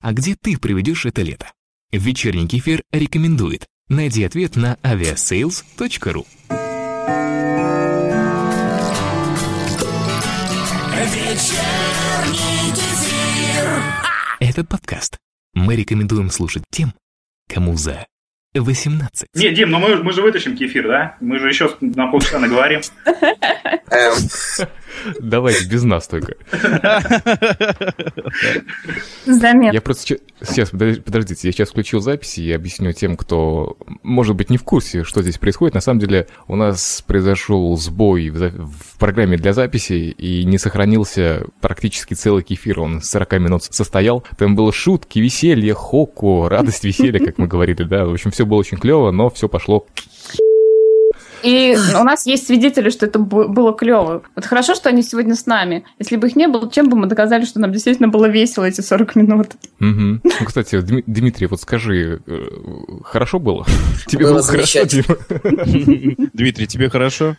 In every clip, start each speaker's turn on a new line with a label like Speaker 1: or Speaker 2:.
Speaker 1: а где ты проведешь это лето? Вечерний кефир рекомендует. Найди ответ на aviasales.ru
Speaker 2: Вечерний кефир.
Speaker 1: Этот подкаст мы рекомендуем слушать тем, кому за 18.
Speaker 3: Не, Дим, ну мы, мы же вытащим кефир, да? Мы же еще на полчаса наговорим.
Speaker 4: Давайте без нас только.
Speaker 5: Заметно.
Speaker 4: Я просто че- сейчас, подож- подождите, я сейчас включил записи и объясню тем, кто, может быть, не в курсе, что здесь происходит. На самом деле у нас произошел сбой в, за- в программе для записи и не сохранился практически целый кефир. Он с 40 минут состоял. Там было шутки, веселье, хоку, радость, веселье, как мы говорили, да. В общем, все было очень клево, но все пошло к
Speaker 5: И у нас есть свидетели, что это бу- было клево. Вот хорошо, что они сегодня с нами. Если бы их не было, чем бы мы доказали, что нам действительно было весело эти 40 минут?
Speaker 4: Мгм. Ну, кстати, Дми- Дмитрий, вот скажи, э, хорошо было? Тебе
Speaker 6: Было
Speaker 4: было хорошо,
Speaker 6: замечательно.
Speaker 4: Дима?
Speaker 7: Дмитрий, тебе хорошо?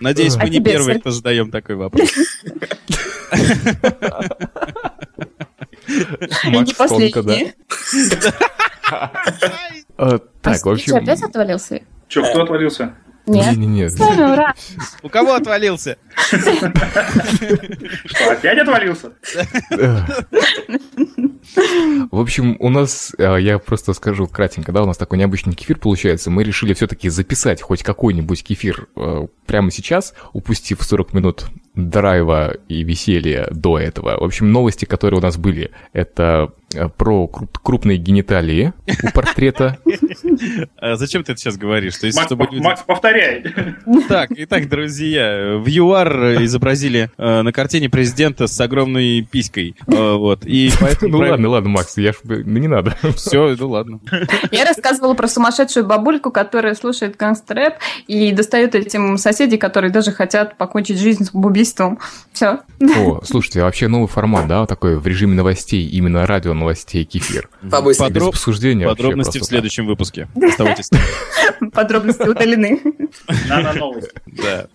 Speaker 7: Надеюсь,
Speaker 5: А
Speaker 7: мы не
Speaker 5: тебе,
Speaker 7: первые,
Speaker 5: Сань?
Speaker 7: кто задаем такой вопрос.
Speaker 4: Макс
Speaker 5: И не
Speaker 4: Тонко, да.
Speaker 5: последние.
Speaker 4: А,
Speaker 5: А
Speaker 4: Так, в
Speaker 5: Сергей что,
Speaker 4: общем...
Speaker 5: опять отвалился?
Speaker 3: Че, кто отвалился?
Speaker 5: Нет. Ну,
Speaker 4: Не-не-не.
Speaker 5: С вами, ура!
Speaker 7: У кого отвалился?
Speaker 3: Что, опять отвалился?
Speaker 4: В общем, у нас, а, я просто скажу кратенько, да, у нас такой необычный кефир получается. Мы решили все-таки записать хоть какой-нибудь кефир э, прямо сейчас, упустив 40 минут драйва и веселья до этого. В общем, новости, которые у нас были, это э, про круп- крупные гениталии у портрета.
Speaker 7: А Зачем ты это сейчас говоришь? То есть,
Speaker 3: Макс,
Speaker 7: чтобы
Speaker 3: по-
Speaker 7: люди-
Speaker 3: Макс, повторяй.
Speaker 7: Так, итак, друзья, в ЮАР изобразили э, на картине президента с огромной писькой. Э, Вот. И поэтому...
Speaker 4: Ну ладно, ладно, Макс, я ж... бы- Ну не надо.
Speaker 7: Все, ну ладно.
Speaker 5: Я рассказывала про сумасшедшую бабульку, которая слушает гангстрэп и достает этим соседей, которые даже хотят покончить жизнь с убийством. Все.
Speaker 4: О, слушайте, а вообще новый формат, да, такой в режиме новостей, именно радио новостей кефир.
Speaker 6: Побыстрее.
Speaker 4: Без
Speaker 7: Подроб-
Speaker 4: обсуждения вообще
Speaker 7: Подробности в
Speaker 4: просто
Speaker 7: следующем выпуске. Оставайтесь.
Speaker 5: Подробности удалены.
Speaker 3: На, на новость.
Speaker 7: Да.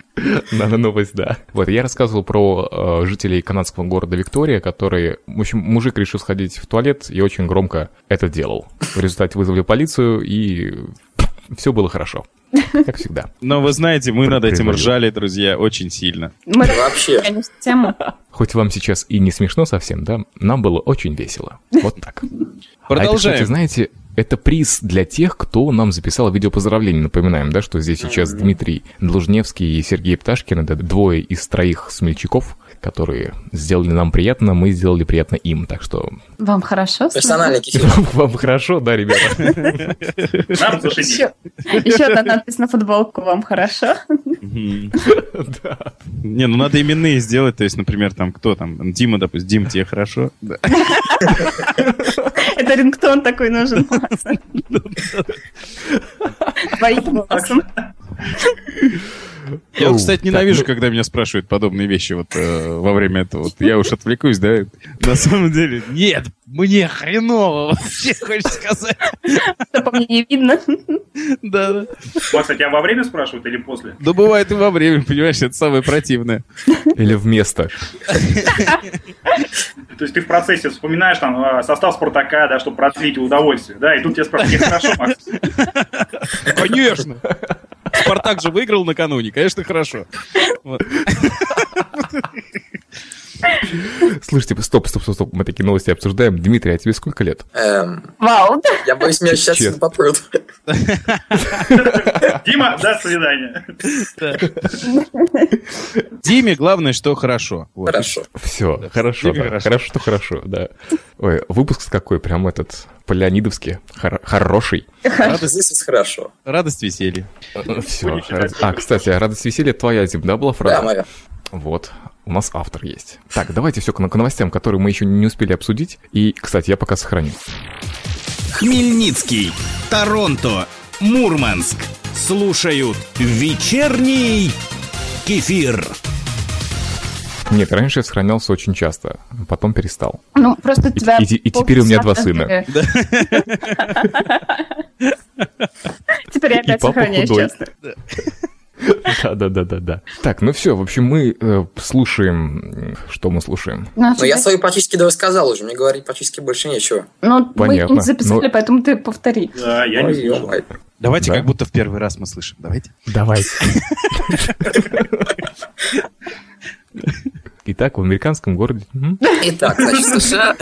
Speaker 4: Надо новость, да. Вот, я рассказывал про э, жителей канадского города Виктория, которые... В общем, мужик решил сходить в туалет и очень громко это делал. В результате вызвали полицию, и все было хорошо. Как всегда.
Speaker 7: Но вы знаете, мы над этим
Speaker 4: Прикольно. А
Speaker 7: ржали, друзья, очень сильно.
Speaker 5: Мы
Speaker 6: Вообще.
Speaker 5: конечно, тему.
Speaker 4: Хоть вам сейчас и не смешно совсем, да, нам было очень весело. Вот так. А это, кстати,
Speaker 7: Продолжаем.
Speaker 4: знаете, это приз для тех, кто нам записал видео поздравлений. Напоминаем, да, что здесь сейчас Дмитрий Должневский и Сергей Пташкин. Это двое из троих смельчаков, которые сделали нам приятно, мы сделали приятно им. Так что
Speaker 5: Вам хорошо? с нами?
Speaker 6: Персональный кефир.
Speaker 4: вам, вам хорошо, да, ребята?
Speaker 3: Нам зашибись.
Speaker 5: Еще, еще одна надпись на футболку. Вам хорошо?
Speaker 7: Мгм. Не, ну надо именные сделать, то есть, например, там кто там, Дима, допустим, Дим, тебе хорошо? Да.
Speaker 5: Это рингтон такой нужен. Макса. Твоим голосом.
Speaker 7: Я,
Speaker 4: Оу,
Speaker 7: вот, кстати,
Speaker 4: так,
Speaker 7: ненавижу,
Speaker 4: ну-
Speaker 7: когда меня спрашивают подобные вещи вот э, во время этого. Вот я уж отвлекусь, да? На самом деле, нет, мне хреново вообще, хочешь сказать?
Speaker 5: Это по мне не видно.
Speaker 7: Да, да.
Speaker 3: Макс, а тебя во время спрашивают или после?
Speaker 7: Да бывает и во время, понимаешь, это самое противное.
Speaker 4: Или вместо.
Speaker 3: То есть ты в процессе вспоминаешь там а, состав Спартака, да, чтобы продлить удовольствие, да, и тут тебя спрашивают, тебе хорошо, Макс?
Speaker 7: Конечно! Спартак же выиграл накануне, конечно, хорошо. Вот.
Speaker 4: Слушайте, стоп, стоп, стоп, стоп. Мы такие новости обсуждаем. Дмитрий, а тебе сколько лет?
Speaker 6: Эм,
Speaker 5: Вау.
Speaker 6: Я боюсь, меня сейчас
Speaker 4: Честно.
Speaker 6: попрут.
Speaker 3: Дима, до свидания.
Speaker 7: Диме главное, что хорошо. Вот.
Speaker 6: Хорошо.
Speaker 4: Все, хорошо,
Speaker 7: тебе
Speaker 4: да,
Speaker 7: хорошо.
Speaker 4: хорошо, что хорошо, да. Ой, выпуск какой, прям этот, по-леонидовски, хор- хороший.
Speaker 6: This is хорошо.
Speaker 7: Радость, веселье.
Speaker 4: Все. А, кстати, радость веселья твоя, Дим, да, была фраза?
Speaker 6: Да, моя.
Speaker 4: Вот, у нас автор есть. Так, давайте все к к новостям, которые мы еще не успели обсудить. И, кстати, я пока сохраню.
Speaker 2: Хмельницкий, Торонто, Мурманск. Слушают вечерний кефир.
Speaker 4: Нет, раньше я сохранялся очень часто, а потом перестал.
Speaker 5: Ну, просто
Speaker 4: И-
Speaker 5: тебя...
Speaker 4: и- и теперь у меня два
Speaker 5: полчаса
Speaker 4: сына.
Speaker 5: даже- Теперь я
Speaker 4: И
Speaker 5: опять
Speaker 4: папа
Speaker 5: сохраняюсь,
Speaker 4: худой.
Speaker 5: честно.
Speaker 4: Да-да-да-да-да. Так, ну все, в общем, мы э, слушаем... м, Что мы слушаем?
Speaker 6: Но Ну, я свою практически досказал уже, мне говорить практически больше нечего.
Speaker 5: Ну, мы их
Speaker 4: Понятно.
Speaker 5: не записали,
Speaker 4: Ну-
Speaker 5: поэтому ты повтори.
Speaker 3: Да, я не
Speaker 6: Ой,
Speaker 3: слышал.
Speaker 6: ой.
Speaker 7: Давайте
Speaker 4: Да.
Speaker 7: как будто в первый раз мы слышим. Давайте.
Speaker 4: Давай. Итак, в американском городе... М?
Speaker 6: Итак, значит, США.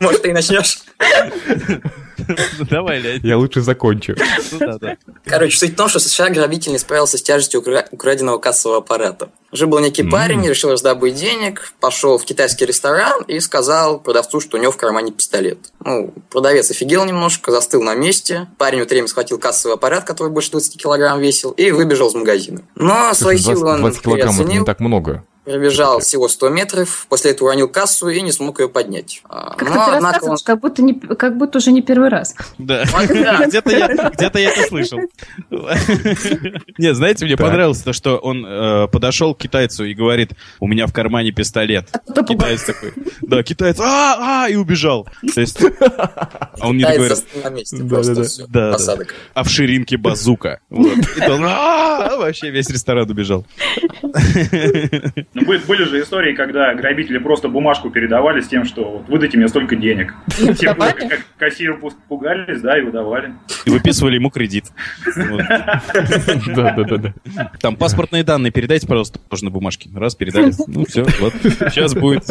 Speaker 6: Может, ты и начнешь?
Speaker 7: Давай, Лядь.
Speaker 4: Я лучше закончу.
Speaker 6: Короче, суть в том, что США грабитель не справился с тяжестью укра- украденного кассового аппарата. Уже был некий парень, решил раздобыть денег, пошел в китайский ресторан и сказал продавцу, что у него в кармане пистолет. Ну, продавец офигел немножко, застыл на месте. Парень в это время схватил кассовый аппарат, который больше 20 килограмм весил, и выбежал из магазина. Но свои силы он
Speaker 4: 20 килограммов, это не
Speaker 6: переоценил.
Speaker 4: так много.
Speaker 6: Пробежал всего 100 метров, после этого уронил кассу и не смог ее поднять. А,
Speaker 5: Как-то
Speaker 6: Но,
Speaker 5: ты
Speaker 6: однако, он...
Speaker 5: рассказываешь, как будто, не, как будто уже не первый раз.
Speaker 7: Да.
Speaker 6: Ах, да.
Speaker 7: Где-то я, где-то я это слышал. Не, знаете, мне
Speaker 4: Так.
Speaker 7: понравилось то, что он э, подошел к китайцу и говорит, у меня в кармане пистолет. Китаец такой, да, китаец, а, а, и убежал. То есть, а он не
Speaker 6: Китаец
Speaker 7: говорит,
Speaker 6: застыл на месте,
Speaker 4: Да,
Speaker 6: просто
Speaker 4: да, да.
Speaker 6: всё,
Speaker 7: Да, да.
Speaker 6: осадок.
Speaker 7: а в ширинке базука. Вот. И то он, «А, а», вообще весь ресторан убежал.
Speaker 3: Ну, были, были же истории, когда грабители просто бумажку передавали с тем, что вот выдайте мне столько денег. Все
Speaker 5: давали?
Speaker 3: как, как кассиры пу- пугались, да, и выдавали.
Speaker 7: И выписывали ему кредит. Вот.
Speaker 4: Да-да-да.
Speaker 7: Там паспортные данные передайте, пожалуйста, тоже на бумажке. Раз, передали. Ну все, вот. Сейчас будет.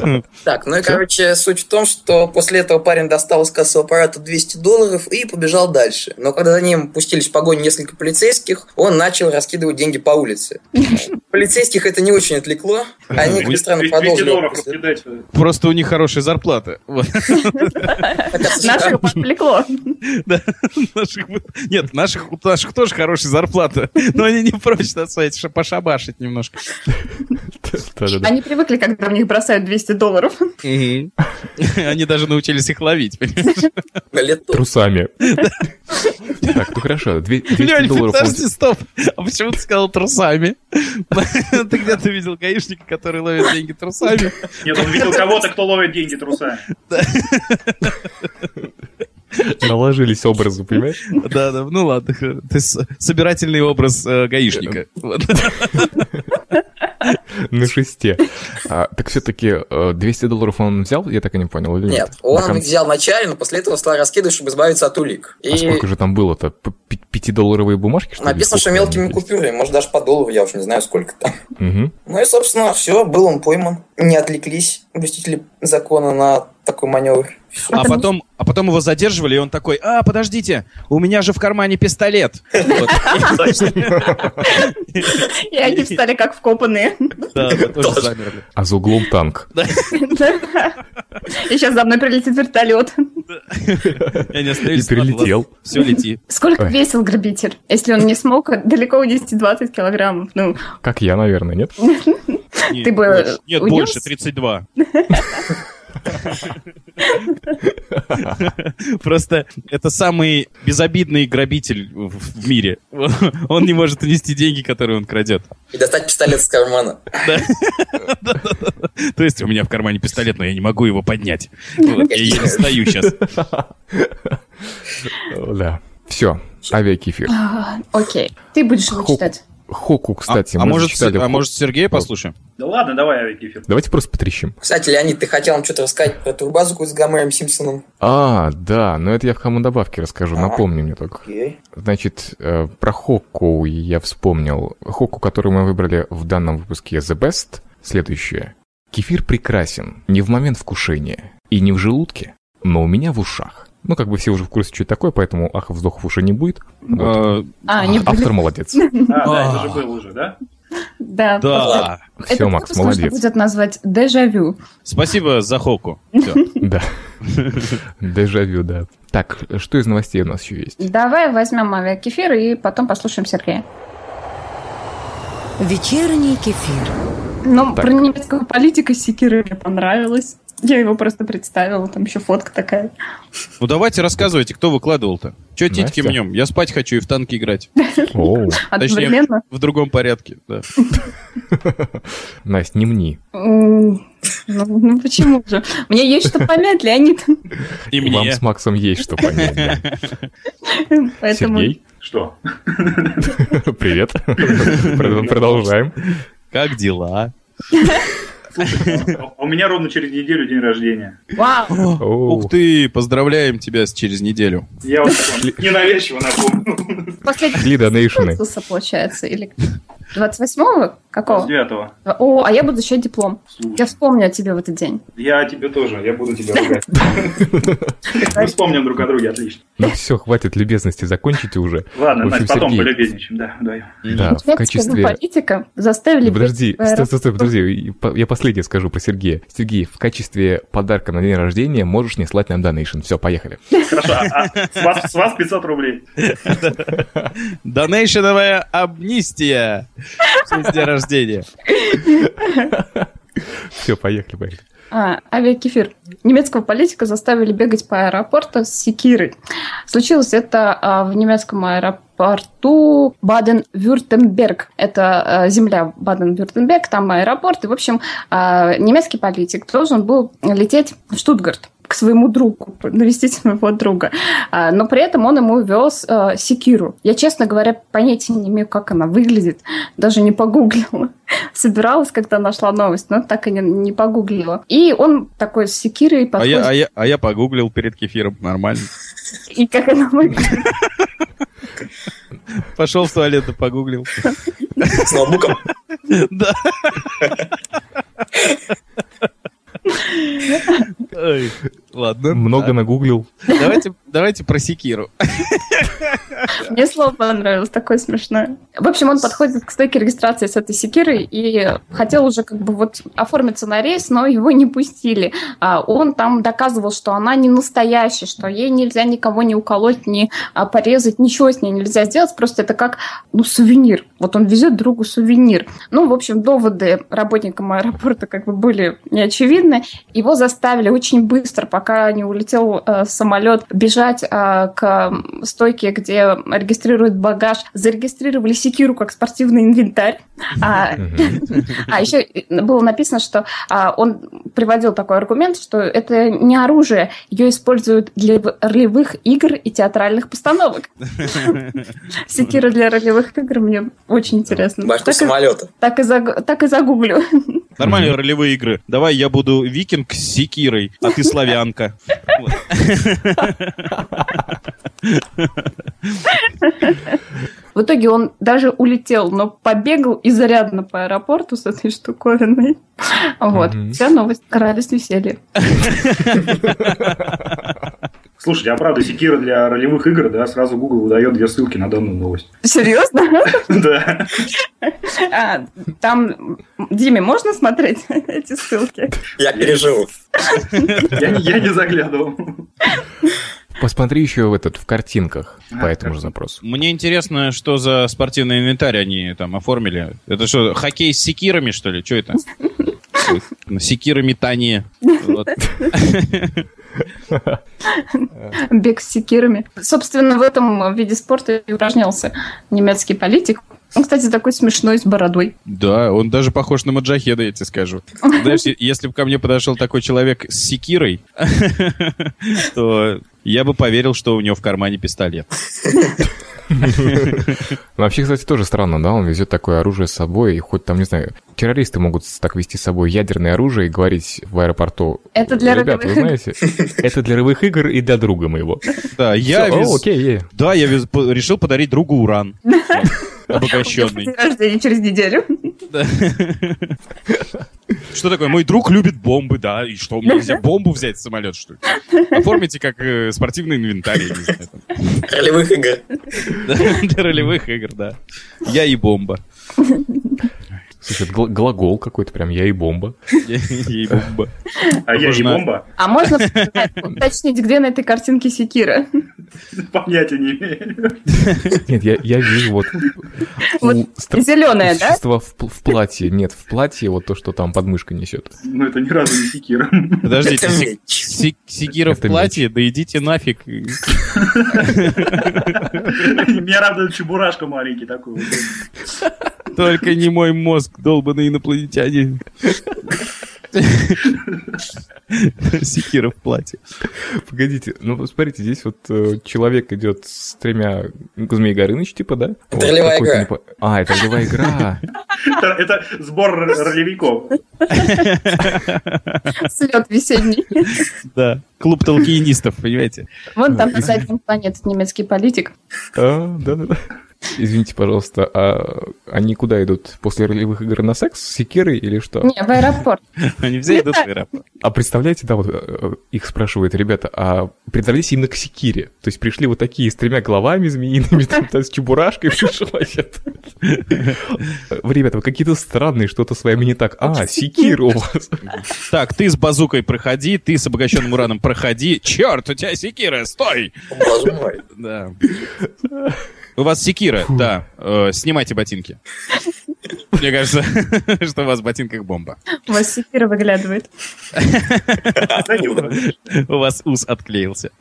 Speaker 6: Так, ну и, короче, суть в том, что после этого парень достал из кассового аппарата 200 долларов и побежал дальше. Но когда за ним пустились в погоню несколько полицейских, он начал раскидывать деньги по улице. Полицейских это не очень отвлекло. Они, как ни странно,
Speaker 3: 200
Speaker 6: продолжили.
Speaker 3: долларов раскидать.
Speaker 7: Просто у них хорошая зарплата. Вот.
Speaker 6: Хотя в США
Speaker 5: Наших подвлекло.
Speaker 7: Наших бы- Нет, наших, у наших тоже хорошая зарплата, но они не прочь, так сказать, ша- пошабашить немножко.
Speaker 4: Да-да-да.
Speaker 5: Они привыкли, когда в них бросают 200 долларов.
Speaker 7: Они даже научились их ловить. понимаешь?
Speaker 6: лет тут.
Speaker 4: Трусами. Так, ну хорошо, две- 200
Speaker 7: Лёнь,
Speaker 4: долларов. он-
Speaker 7: подожди, стоп. А почему ты сказал трусами? Ты где-то видел гаишника, который ловит деньги трусами?
Speaker 3: Нет, он видел кого-то, кто ловит деньги трусами.
Speaker 4: Наложились образы, понимаешь?
Speaker 7: Да, да, ну ладно. х- Ты с- собирательный образ э, гаишника. Вот.
Speaker 4: На шесте. А, так все-таки 200 долларов он взял, я так и не понял, или нет?
Speaker 6: Нет, он
Speaker 4: На кон-
Speaker 6: их взял вначале, но после этого стал раскидывать, чтобы избавиться от улик.
Speaker 4: А
Speaker 6: И
Speaker 4: сколько же там было-то? П- пи- Пятидолларовые бумажки, что ли?
Speaker 6: написано, что мелкими купюрами, может, даже по доллару, я уж не знаю, сколько там.
Speaker 4: Мгм.
Speaker 6: Ну и, собственно, все, был он пойман. Не отвлеклись блюстители закона на такой маневр. Всё.
Speaker 7: А потом, а потом его задерживали, и он такой, а, подождите, у меня же в кармане пистолет. Вот.
Speaker 5: И они встали как вкопанные.
Speaker 7: Да, да, тоже замерли.
Speaker 4: А за углом танк.
Speaker 5: Да. И сейчас за мной прилетит вертолет.
Speaker 7: Я не
Speaker 4: И
Speaker 7: остановились.
Speaker 4: перелетел.
Speaker 7: Все, лети.
Speaker 5: Сколько
Speaker 4: Ой.
Speaker 5: весил грабитель? Если он не смог, далеко 10-20 килограммов. Ну,
Speaker 4: Как я, наверное, нет?
Speaker 7: Нет,
Speaker 5: Ты бы
Speaker 7: больше. Нет,
Speaker 5: унес?
Speaker 7: больше, 32. Просто это самый безобидный грабитель в в мире. Он не может унести деньги, которые он крадет.
Speaker 6: И достать пистолет с кармана.
Speaker 7: То есть у меня в кармане пистолет, но я не могу его поднять. Вот, Я еле стою сейчас. А,
Speaker 4: Э, Да. Все. Авиакефир.
Speaker 5: а, окей. Ты будешь его
Speaker 4: Хоп.
Speaker 5: читать.
Speaker 4: Хоку, кстати,
Speaker 7: а,
Speaker 4: мы
Speaker 7: может,
Speaker 4: зачитали
Speaker 7: а
Speaker 4: Хоку.
Speaker 7: может, Сергея послушаем?
Speaker 3: Да ладно, давай, Авикефир.
Speaker 4: Давайте просто потрещим.
Speaker 6: Кстати, Леонид, ты хотел нам что-то рассказать про турбазуку с Гомером Симпсоном?
Speaker 4: А, да, но это я в хаму добавке расскажу,
Speaker 6: Ага.
Speaker 4: напомни мне только.
Speaker 6: Окей.
Speaker 4: Значит, э, про Хокку я вспомнил. Хокку, которую мы выбрали в данном выпуске The Best, следующее. Кефир прекрасен не в момент вкушения и не в желудке, но у меня в ушах. Ну, как бы все уже в курсе, что это такое, поэтому ах, вздохов уже не будет. Вот.
Speaker 7: Э,
Speaker 5: А, не
Speaker 4: Ах, Автор молодец.
Speaker 3: А, да, это же был уже, да?
Speaker 5: Да. просто-
Speaker 7: Да.
Speaker 4: Все,
Speaker 5: Этот
Speaker 4: Макс,
Speaker 5: выпуск можно
Speaker 4: молодец.
Speaker 5: будет назвать дежавю.
Speaker 7: Спасибо за хоку. Всё.
Speaker 4: Да. Дежавю, да. Так, что из новостей у нас еще есть?
Speaker 5: Давай возьмем авиакефир и потом послушаем Сергея.
Speaker 8: Вечерний кефир.
Speaker 5: Ну,
Speaker 4: Так.
Speaker 5: про немецкого политика Секиры мне понравилось. Я его просто представила, там еще фотка такая.
Speaker 7: Ну давайте рассказывайте, кто выкладывал-то. Че титьки
Speaker 4: Настя?
Speaker 7: мнем? Я спать хочу и в танки играть.
Speaker 4: Оу,
Speaker 7: Точнее,
Speaker 5: Одновременно.
Speaker 7: в другом порядке. Да.
Speaker 4: Настя, не мни.
Speaker 5: М, Ну, ну почему же? Мне есть что помять, Леонид.
Speaker 7: И
Speaker 4: Вам
Speaker 7: мне.
Speaker 4: с Максом есть что понять. да.
Speaker 5: Поэтому
Speaker 4: Сергей?
Speaker 3: Что?
Speaker 4: Привет. Прод- Продолжаем.
Speaker 7: Как дела?
Speaker 3: Слушай, а у меня ровно через неделю день рождения.
Speaker 5: Вау!
Speaker 4: Оу.
Speaker 7: Ух ты, поздравляем тебя с через неделю.
Speaker 3: Я вот вам ненавязчиво напомню.
Speaker 5: Последний
Speaker 4: Шли донейшены.
Speaker 5: конкурса, получается, или 28-го? Какого?
Speaker 3: 9
Speaker 5: О, а я буду еще диплом. Я
Speaker 3: Слушай,
Speaker 5: вспомню о тебе в этот день.
Speaker 3: я тебе тоже, я буду тебя ругать. Мы вспомним друг о друге, отлично.
Speaker 4: Ну все, хватит любезности, закончите уже.
Speaker 3: Ладно,
Speaker 4: В общем,
Speaker 3: значит, потом
Speaker 4: Сергей.
Speaker 3: полюбезничаем, да, вдвоем.
Speaker 4: Да, А, в
Speaker 5: Я тебе скажу,
Speaker 4: качестве...
Speaker 5: политика заставили...
Speaker 4: Подожди,
Speaker 5: петь в
Speaker 4: стой, стой, стой, подожди, и по- я последнее скажу про Сергея. Сергей, в качестве подарка на день рождения можешь не слать нам донейшн. Все, поехали.
Speaker 3: Хорошо, а- а с вас- с вас 500 рублей.
Speaker 7: Донейшеновая амнистия в честь дня рождения.
Speaker 4: Все, поехали, поехали.
Speaker 5: А, авиакефир. Немецкого политика заставили бегать по аэропорту с секирой. Случилось это а, в немецком аэропорту Баден-Вюртемберг. Это а, земля Баден-Вюртемберг, там аэропорт. И, в общем, а, немецкий политик должен был лететь в Штутгарт к своему другу, навестить своего друга. А, Но при этом он ему вез а, секиру. Я, честно говоря, понятия не имею, как она выглядит. Даже не погуглила собиралась, когда нашла новость, но так и не, не погуглила. И он такой с секирой
Speaker 7: А
Speaker 5: подходит,
Speaker 7: я, а, я, а я погуглил перед кефиром, нормально.
Speaker 5: и как она выглядит.
Speaker 7: Пошел в туалет и погуглил.
Speaker 6: С ноутбуком.
Speaker 7: Да. Ой, Ладно.
Speaker 4: Много
Speaker 7: Так,
Speaker 4: нагуглил.
Speaker 7: Давайте, давайте про секиру.
Speaker 5: Мне слово понравилось, такое смешное. В общем, он подходит к стойке регистрации с этой секирой и хотел уже как бы вот оформиться на рейс, но его не пустили. А Он там доказывал, что она не настоящая, что ей нельзя никого не уколоть, не а, порезать, ничего с ней нельзя сделать, просто это как ну, сувенир. Вот он везет другу сувенир. Ну, в общем, доводы работникам аэропорта как бы были неочевидны. Его заставили очень быстро, пока не улетел э, самолет, бежать э, к э, стойке, где регистрируют багаж. Зарегистрировали секиру как спортивный инвентарь. А,
Speaker 4: Мгм.
Speaker 5: а еще было написано, что а, он приводил такой аргумент, что это не оружие, ее используют для в- ролевых игр и театральных постановок. Секира для ролевых игр мне очень интересно.
Speaker 6: Башку
Speaker 5: Так и-
Speaker 6: самолета.
Speaker 5: Так и заг- так и загуглю.
Speaker 7: Нормальные ролевые игры. Давай я буду викинг с секирой, а ты славянка. Вот.
Speaker 5: В итоге он даже улетел, но побегал и зарядно по аэропорту с этой штуковиной. Вот.
Speaker 4: Мгм.
Speaker 5: Вся новость. Радость, веселье.
Speaker 3: Слушайте, а правда, секира для ролевых игр, да, сразу Google выдает две ссылки на данную новость.
Speaker 5: Серьезно?
Speaker 3: Да.
Speaker 5: А, Там, Диме, можно смотреть эти ссылки?
Speaker 6: Я переживу.
Speaker 3: Я не- я не заглядывал.
Speaker 4: Посмотри еще в этот в картинках по
Speaker 3: Ага,
Speaker 4: этому же запросу.
Speaker 7: Мне интересно, что за спортивный инвентарь они там оформили. Это что, хоккей с секирами, что ли? Что это? Секиры метание. Вот.
Speaker 5: Бег с секирами. Собственно, в этом виде спорта и упражнялся немецкий политик. Он, кстати, такой смешной, с бородой.
Speaker 7: Да, он даже похож на маджахеда, я тебе скажу. Знаешь, е- если бы ко мне подошел такой человек с секирой, то я бы поверил, что у него в кармане пистолет.
Speaker 4: Ну, Вообще, кстати, тоже странно, да, он везет такое оружие с собой, и хоть там, не знаю, террористы могут с- так вести с собой ядерное оружие и говорить в аэропорту.
Speaker 5: Это для
Speaker 4: Ребята, вы
Speaker 5: ролевых игр».
Speaker 4: знаете, это для ролевых игр и для друга моего.
Speaker 7: Да, я
Speaker 4: Всё, о,
Speaker 7: вез-
Speaker 4: окей, э.
Speaker 7: Да, я вез- по- решил подарить другу уран.
Speaker 5: У меня
Speaker 7: Обогащенный.
Speaker 5: день рождения через неделю.
Speaker 7: Да. Что такое? Мой друг любит бомбы, да. И что, мне нельзя бомбу взять в самолет, что ли? Оформите как э, спортивный инвентарь, я не знаю, там.
Speaker 6: Ролевых игр.
Speaker 7: Да, Для ролевых игр, да. Я и бомба.
Speaker 4: Слушай, это гл- глагол какой-то прям, я и бомба.
Speaker 7: Я и бомба.
Speaker 3: А я
Speaker 7: Похоже
Speaker 3: не
Speaker 7: на-
Speaker 3: бомба?
Speaker 5: А можно уточнить, где на этой картинке секира?
Speaker 3: Понятия не имею.
Speaker 4: Нет, я, я вижу вот...
Speaker 5: Вот
Speaker 4: у стра-
Speaker 5: Зеленая, да?
Speaker 4: существа в, пл- в платье. Нет, в платье вот то, что там подмышка несет.
Speaker 3: Ну, это ни разу не секира.
Speaker 7: Подождите,
Speaker 6: Это
Speaker 7: сек-
Speaker 6: меч.
Speaker 7: сек- секира в
Speaker 4: Это меч.
Speaker 7: платье, да идите нафиг.
Speaker 3: Меня радует чебурашка маленький такой. вот.
Speaker 7: Только не мой мозг, долбанные инопланетяне. Секира в платье.
Speaker 4: Погодите, ну смотрите, здесь вот э, человек идет с тремя Змей Горыныч, типа, да?
Speaker 6: Это ролевая
Speaker 4: какой-то
Speaker 6: игра.
Speaker 4: непо- А, это ролевая игра.
Speaker 3: Это, это сбор р- ролевиков.
Speaker 5: Слет весенний.
Speaker 7: Да. Клуб толкинистов, понимаете?
Speaker 5: Вон там на заднем плане этот немецкий политик.
Speaker 4: А, Да-да-да. Извините, пожалуйста, а они куда идут? После ролевых игр на секс с секирой или что?
Speaker 5: Не, в аэропорт.
Speaker 7: Они все
Speaker 6: Ну
Speaker 7: идут в аэропорт.
Speaker 4: А представляете, да, вот э, их спрашивают, ребята, а придрались именно к секире? То есть пришли вот такие с тремя головами змеиными, там, там, с чебурашкой, все Вы, Э, ребята, вы какие-то странные, что-то с вами не так. А, секира у вас.
Speaker 7: Так, ты с базукой проходи, ты с обогащенным ураном проходи. Черт, у тебя секира, стой!
Speaker 6: Боже мой.
Speaker 7: Да. У вас секира, да. Э, Снимайте ботинки. Мне кажется, что у вас в ботинках бомба.
Speaker 5: У вас секира выглядывает.
Speaker 7: У вас ус отклеился.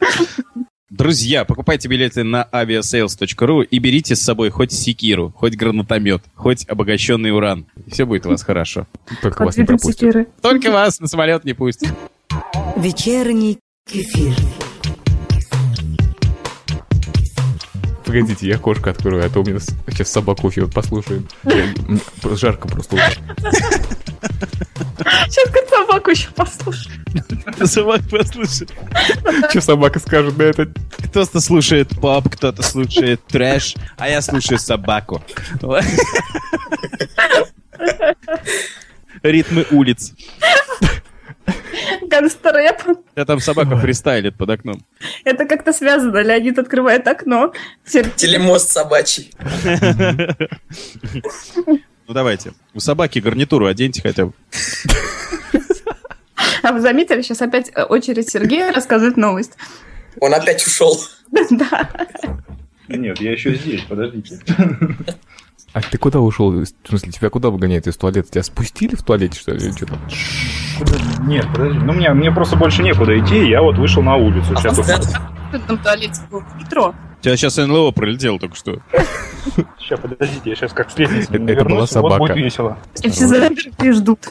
Speaker 7: Друзья, покупайте билеты на aviasales.ru и берите с собой хоть секиру, хоть гранатомет, хоть обогащенный уран. Все будет у вас хорошо.
Speaker 4: Только
Speaker 5: Под
Speaker 4: вас не
Speaker 5: видом
Speaker 4: пропустят.
Speaker 5: секиры.
Speaker 7: Только вас на самолет не пустят.
Speaker 8: Вечерний кефир.
Speaker 4: Погодите, я кошку открою, а то у меня с- сейчас собаку еще послушаем. Я- мне просто Жарко просто. уже.
Speaker 5: Сейчас как собаку еще послушаю.
Speaker 7: Собак послушает.
Speaker 4: Что собака скажет на это?
Speaker 7: Кто-то слушает поп, кто-то слушает трэш, а я слушаю собаку. Ритмы улиц.
Speaker 5: Гангстер-рэп.
Speaker 7: Я там собака фристайлит под окном.
Speaker 5: Это как-то связано. Леонид открывает окно. Сер-
Speaker 6: Телемост собачий.
Speaker 7: Ну давайте. У собаки гарнитуру оденьте хотя бы.
Speaker 5: А вы заметили, сейчас опять э, очередь Сергея рассказывать новость.
Speaker 6: Он опять ушел.
Speaker 5: Да.
Speaker 3: Нет, я еще здесь, подождите.
Speaker 4: А ты куда ушел? В смысле, тебя куда выгоняют из туалета? Тебя спустили в туалете, что ли? или чё там?
Speaker 3: Куда- Нет, подожди. Ну, мне, мне просто больше некуда идти, я вот вышел на улицу.
Speaker 6: А
Speaker 3: Сейчас
Speaker 6: вот
Speaker 3: вот,
Speaker 6: это-
Speaker 5: Тут там туалет был. Метро.
Speaker 7: Тебя сейчас НЛО пролетело только что.
Speaker 3: сейчас, подождите, я сейчас как с лестницы
Speaker 4: Это-
Speaker 3: не
Speaker 4: это была
Speaker 3: вернусь, вот
Speaker 4: собака.
Speaker 3: будет весело.
Speaker 5: И все замерли и ждут.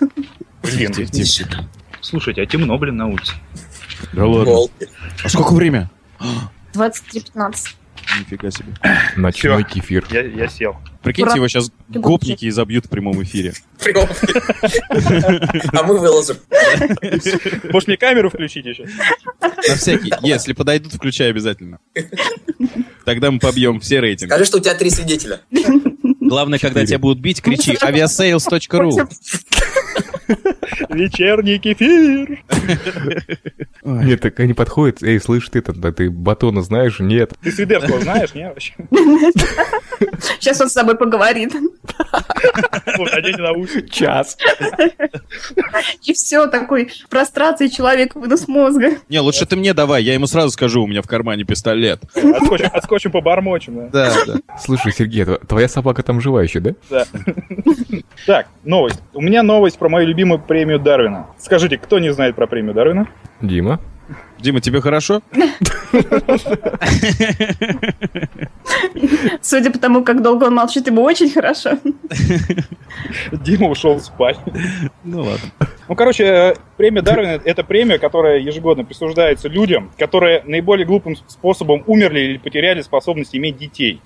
Speaker 3: Блин, слушайте, а темно, блин, на улице.
Speaker 7: Да
Speaker 6: Гол.
Speaker 7: А сколько время?
Speaker 5: 23.15.
Speaker 7: Нифига себе.
Speaker 4: Ночной кефир.
Speaker 3: Я, я сел.
Speaker 7: Прикиньте,
Speaker 5: Ура.
Speaker 7: его сейчас гопники и забьют в прямом эфире.
Speaker 6: Прям. А мы вылазим.
Speaker 3: Может, мне камеру включить еще?
Speaker 7: На всякий. Если подойдут, включай обязательно. Тогда мы побьем все рейтинги.
Speaker 6: Скажи, что у тебя три свидетеля.
Speaker 7: Главное, когда
Speaker 4: Четыре.
Speaker 7: тебя будут бить, кричи aviasales.ru.
Speaker 3: Вечерний кефир.
Speaker 4: Нет, так они подходят, эй, слышь, ты там, да ты батона знаешь? Нет.
Speaker 3: Ты Свидерского знаешь, не вообще?
Speaker 5: Сейчас он с собой поговорит.
Speaker 3: Вот, оденьте наушники.
Speaker 4: Час.
Speaker 5: И все, такой прострации человек вынос мозга.
Speaker 7: Не, лучше ты мне давай, я ему сразу скажу, у меня в кармане пистолет.
Speaker 3: Отскочим, отскочим побормочем. да.
Speaker 7: Да, да.
Speaker 4: Слушай, Сергей, тв- твоя собака там жива еще, да?
Speaker 3: Так, новость. У меня новость про мою любимую премию Дарвина. Скажите, кто не знает про премию Дарвина?
Speaker 4: Дима?
Speaker 7: Дима, тебе хорошо?
Speaker 5: Судя по тому, как долго он молчит, ему очень хорошо.
Speaker 3: Дима ушел спать.
Speaker 7: Ну ладно.
Speaker 3: Ну, короче, э, премия Дарвина – это премия, которая ежегодно присуждается людям, которые наиболее глупым способом умерли или потеряли способность иметь детей.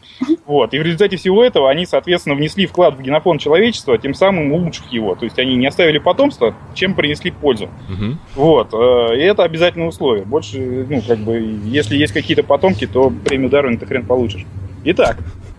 Speaker 3: Вот. И в результате всего этого они, соответственно, внесли вклад в генофон человечества, а тем самым улучшив его. То есть они не оставили потомства, чем принесли пользу.
Speaker 4: Мгм.
Speaker 3: Вот. э, И это обязательное условие. Больше, ну, как бы, если есть какие-то потомки, то премию Дарвина ты хрен получишь. Итак,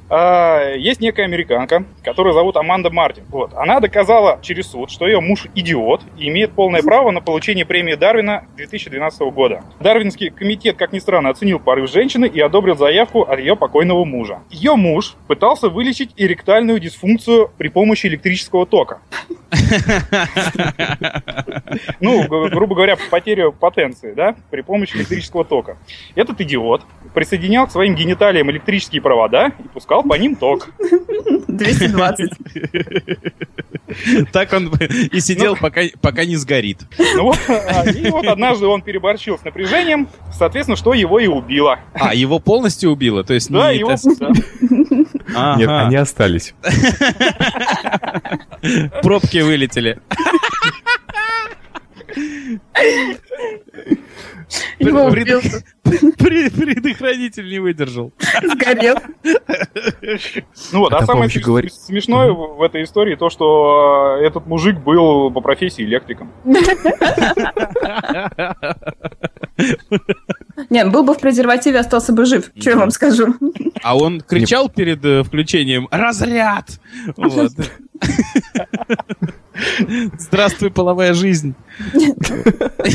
Speaker 3: а, есть некая американка, которую зовут Аманда Мартин. Вот. Она доказала через суд, что ее муж идиот и имеет полное право на получение премии Дарвина 2012 года. Дарвинский комитет, как ни странно, оценил порыв женщины и одобрил заявку от ее покойного мужа. Ее муж пытался вылечить эректальную дисфункцию при помощи электрического тока. Ну, г- грубо говоря, потерю потенции, да, при помощи электрического тока. Этот идиот присоединял к своим гениталиям электрические провода и пускал по ним ток.
Speaker 5: 220.
Speaker 7: Так он и сидел, пока, пока не сгорит.
Speaker 3: Ну вот, а, и вот однажды он переборщил с напряжением, соответственно, что его и убило.
Speaker 7: А, его полностью убило? То есть
Speaker 3: Да,
Speaker 7: не
Speaker 3: его...
Speaker 7: это-
Speaker 3: да.
Speaker 7: Ага.
Speaker 4: Нет, а они остались.
Speaker 7: Пробки вылетели.
Speaker 5: Его убил,
Speaker 7: Пре- Предохранитель не выдержал.
Speaker 5: сгорел.
Speaker 3: Ну вот,
Speaker 4: А
Speaker 3: а,
Speaker 4: там,
Speaker 3: самое
Speaker 4: по-моему, еще говори-
Speaker 3: смешное в в этой истории то, что э, этот мужик был по профессии электриком.
Speaker 5: Не, был бы в презервативе, остался бы жив. Что я вам скажу?
Speaker 7: А он кричал перед э, включением «Разряд!» Вот. Здравствуй, половая жизнь.
Speaker 5: На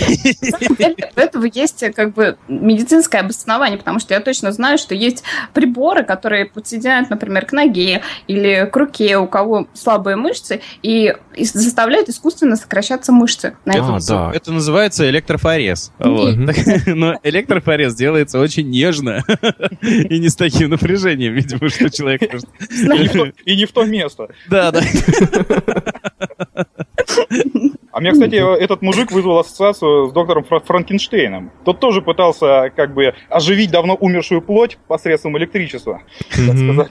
Speaker 5: самом деле, у этого есть э, как бы медицинское обоснование, потому что я точно знаю, что есть приборы, которые подсоединяют, например, к ноге или к руке, у кого слабые мышцы, и и заставляют искусственно сокращаться мышцы. На
Speaker 4: А,
Speaker 5: этом всё.
Speaker 4: да.
Speaker 7: Это называется электрофорез. Вот.
Speaker 4: Мгм.
Speaker 7: Но электрофорез делается очень нежно и не с таким напряжением, видимо, что человек может
Speaker 3: И не в то- И не в то место.
Speaker 7: Да, да.
Speaker 3: А меня, кстати, этот мужик вызвал ассоциацию с доктором Фра- Франкенштейном. Тот тоже пытался как бы оживить давно умершую плоть посредством электричества.
Speaker 4: Мгм.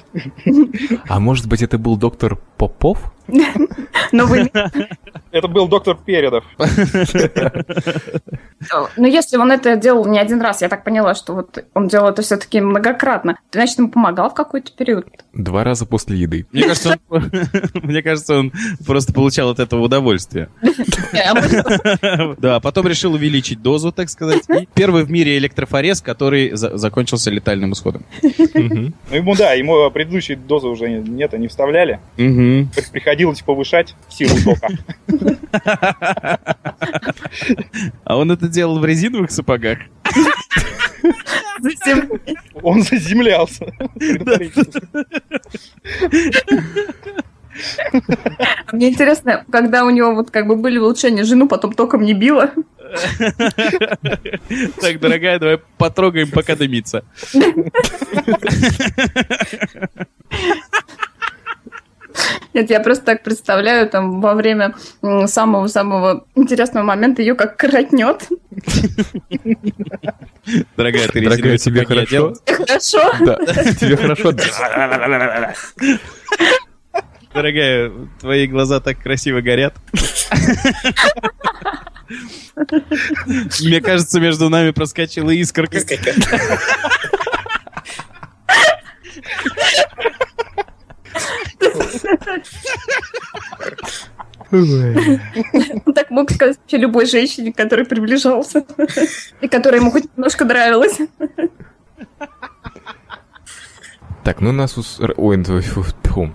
Speaker 4: А может быть, это был доктор Попов?
Speaker 5: Но, вы-
Speaker 3: Это был доктор Передов.
Speaker 5: но Э, ну, если он это делал не один раз, я так поняла, что вот он делал это все-таки многократно, значит, ему помогал в какой-то период.
Speaker 4: Два раза после еды.
Speaker 7: Мне кажется, он, мне кажется, он просто получал от этого удовольствие.
Speaker 5: Не, а может,
Speaker 7: Да, а потом решил увеличить дозу, так сказать. И первый в мире электрофорез, который за- закончился летальным исходом.
Speaker 4: Мгм.
Speaker 3: Ну, ему, да, ему предыдущие дозы уже нет, они вставляли. При- Приходилось повышать силу тока.
Speaker 7: А он это делал в резиновых сапогах.
Speaker 5: затем-
Speaker 3: Он заземлялся. предварительно.
Speaker 5: Мне интересно, когда у него вот как бы были улучшения, жену потом током не било.
Speaker 7: Так, дорогая, давай потрогаем, пока дымится.
Speaker 5: Нет, я просто так представляю, там во время м, самого-самого интересного момента ее как коротнет.
Speaker 7: Дорогая, ты
Speaker 4: Дорогая,
Speaker 7: резиновые
Speaker 4: тебе
Speaker 7: сапоги
Speaker 4: хорошо?
Speaker 7: одела?
Speaker 5: Хорошо.
Speaker 4: Да, тебе хорошо.
Speaker 7: Дорогая, твои глаза так красиво горят. Мне кажется, между нами проскочила искорка.
Speaker 5: Он так мог сказать вообще любой женщине, которая приближался. И которая ему хоть немножко нравилась.
Speaker 4: Так, ну у нас... ус- р- Ой, ну, фу, тьфу.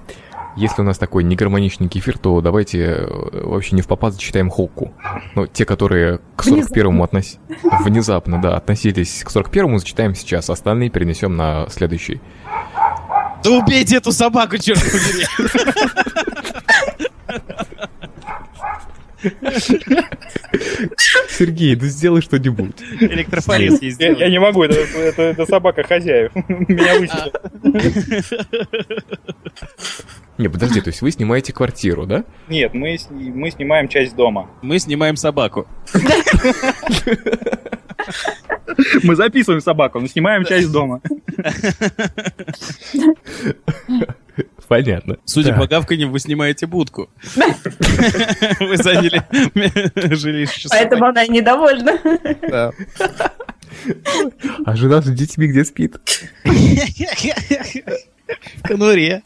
Speaker 4: Если у нас такой негармоничный кефир, то давайте э, вообще не в попад зачитаем Холку. Ну, те, которые к 41-му относились... Внезапно, да, относились к 41-му, зачитаем сейчас. Остальные перенесем на следующий.
Speaker 7: Да убейте эту собаку, черт побери!
Speaker 4: Сергей, ну сделай что-нибудь.
Speaker 7: Электрофорез ей
Speaker 3: Я я
Speaker 7: сделали.
Speaker 3: не могу, это- это это собака хозяев. Меня выстрелила.
Speaker 4: Не, подожди, то есть вы снимаете квартиру, да?
Speaker 3: Нет, мы, с- мы снимаем часть дома.
Speaker 7: Мы снимаем собаку.
Speaker 3: Мы записываем собаку, но снимаем часть дома.
Speaker 4: Понятно.
Speaker 7: Судя
Speaker 4: Так.
Speaker 7: по гавканью, вы снимаете будку. Вы заняли жилище собаки.
Speaker 5: Поэтому она и недовольна.
Speaker 4: А жена с детьми где спит?
Speaker 7: В конуре.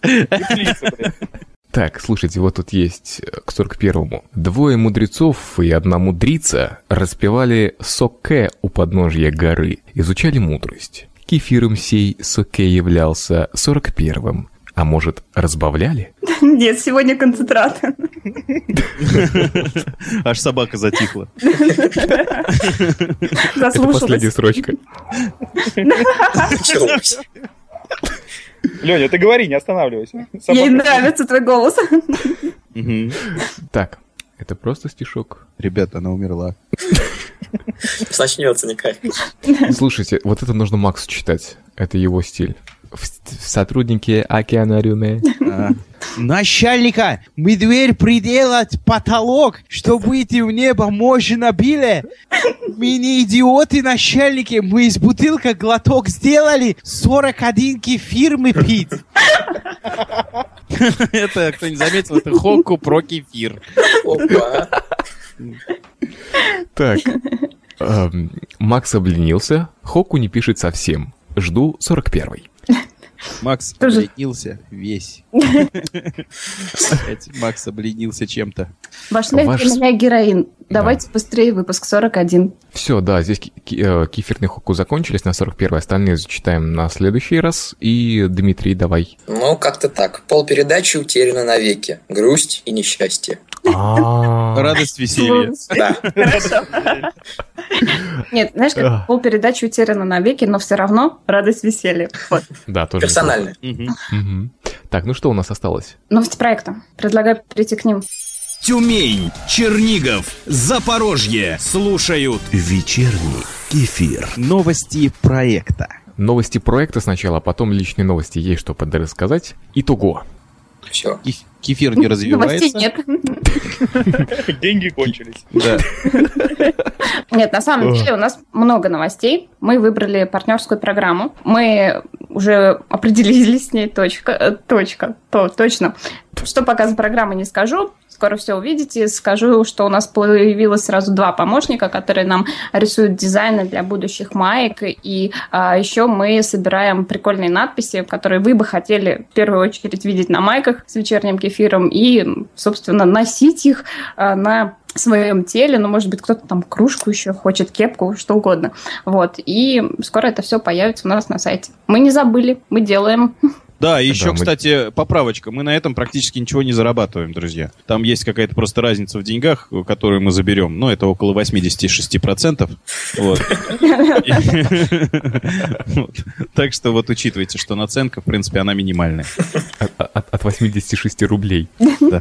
Speaker 4: Так, слушайте, вот тут есть э, к 41-му. Двое мудрецов и одна мудрица распевали соке у подножья горы, изучали мудрость. Кефиром сей соке являлся 41-м. А может, разбавляли?
Speaker 5: Нет, сегодня концентрат.
Speaker 7: Аж собака затихла.
Speaker 4: Это последняя
Speaker 5: Заслушалась.
Speaker 4: строчка.
Speaker 6: Началось.
Speaker 3: Леня, ты говори, не останавливайся. Собака-
Speaker 5: Ей нравится твой голос.
Speaker 4: Так, это просто стишок.
Speaker 7: Ребята, она умерла.
Speaker 6: Начнется никак.
Speaker 4: Слушайте, вот это нужно Максу читать. Это его стиль. В с- в сотрудники океанариуме.
Speaker 7: Начальника, мы дверь приделать потолок, чтобы выйти в небо можно били. Мы не идиоты, начальники, мы из бутылка глоток сделали, 41 кефир мы пить. Это, кто не заметил, это Хокку про кефир.
Speaker 6: Опа.
Speaker 4: Так. эм, Макс обленился, Хоку не пишет совсем. Жду 41-й.
Speaker 7: Макс
Speaker 5: Тоже.
Speaker 7: обленился весь. Опять Макс обленился чем-то.
Speaker 5: Ваш для
Speaker 4: Ваш-
Speaker 5: меня героин. Давайте быстрее выпуск 41.
Speaker 4: Все, да, здесь ки- ки- э, кефирные хоку закончились на 41-й, остальные зачитаем на следующий раз. И, Дмитрий, давай.
Speaker 6: Ну, как-то так. Пол передачи утеряно навеки. Грусть и несчастье.
Speaker 4: А,
Speaker 7: Радость, веселье.
Speaker 6: Да.
Speaker 5: Хорошо. Нет, знаешь,
Speaker 4: Ах.
Speaker 5: как полпередачи утеряно навеки, но все равно радость веселья. Вот.
Speaker 4: Да, тоже.
Speaker 6: Персонально.
Speaker 7: Мгм.
Speaker 4: Мгм. Так, ну что у нас осталось?
Speaker 5: Новости проекта. Предлагаю перейти к ним.
Speaker 2: Тюмень, Чернигов, Запорожье слушают вечерний кефир.
Speaker 7: Новости проекта.
Speaker 4: Новости проекта сначала, а потом личные новости. Есть что подрассказать. Итого.
Speaker 6: Все.
Speaker 7: Кеф- Кефир не
Speaker 5: Новостей
Speaker 7: развивается.
Speaker 5: нет.
Speaker 3: Деньги кончились.
Speaker 7: Да.
Speaker 5: Нет, на самом деле у нас много новостей. Мы выбрали партнерскую программу. Мы уже определились с ней точка, э, точка, то, точно. Что пока за программа, не скажу. Скоро все увидите. Скажу, что у нас появилось сразу два помощника, которые нам рисуют дизайны для будущих маек. И еще мы собираем прикольные надписи, которые вы бы хотели в первую очередь видеть на майках с вечерним кефиром и, собственно, носить их а, на своем теле, ну, может быть, кто-то там кружку еще хочет, кепку, что угодно. Вот, и скоро это все появится у нас на сайте. Мы не забыли, мы делаем.
Speaker 7: Да, и еще,
Speaker 4: мы-
Speaker 7: кстати, поправочка. Мы на этом практически ничего не зарабатываем, друзья. Там есть какая-то просто разница в деньгах, которую мы заберем. Но это около 86%. Вот. Вот. Так что вот учитывайте, что наценка, в принципе, она минимальная.
Speaker 4: От, от- от 86 рублей. Ну,
Speaker 7: Да.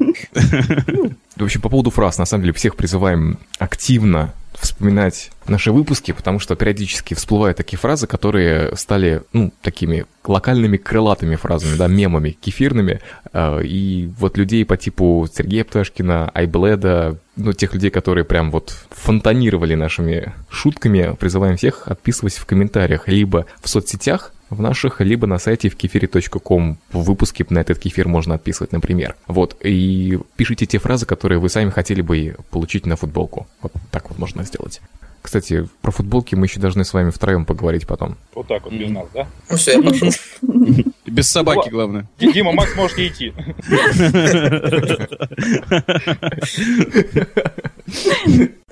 Speaker 4: В общем, по поводу фраз, на самом деле, всех призываем активно вспоминать наши выпуски, потому что периодически всплывают такие фразы, которые стали, ну, такими локальными крылатыми фразами, да, мемами, кефирными. Э, И вот людей по типу Сергея Пташкина, Айбледа, ну, тех людей, которые прям вот фонтанировали нашими шутками, призываем всех отписывать в комментариях, либо в соцсетях, в наших, либо на сайте в кефире.ком. В выпуске на этот кефир можно отписывать, например. Вот, и пишите те фразы, которые вы сами хотели бы получить на футболку. Вот так вот можно сделать. Кстати, про футболки мы еще должны с вами втроем поговорить потом.
Speaker 3: Вот так вот без нас, да?
Speaker 6: Ну все, я пошел.
Speaker 7: Без собаки, главное.
Speaker 3: Ди- Дима, Макс, можешь не идти.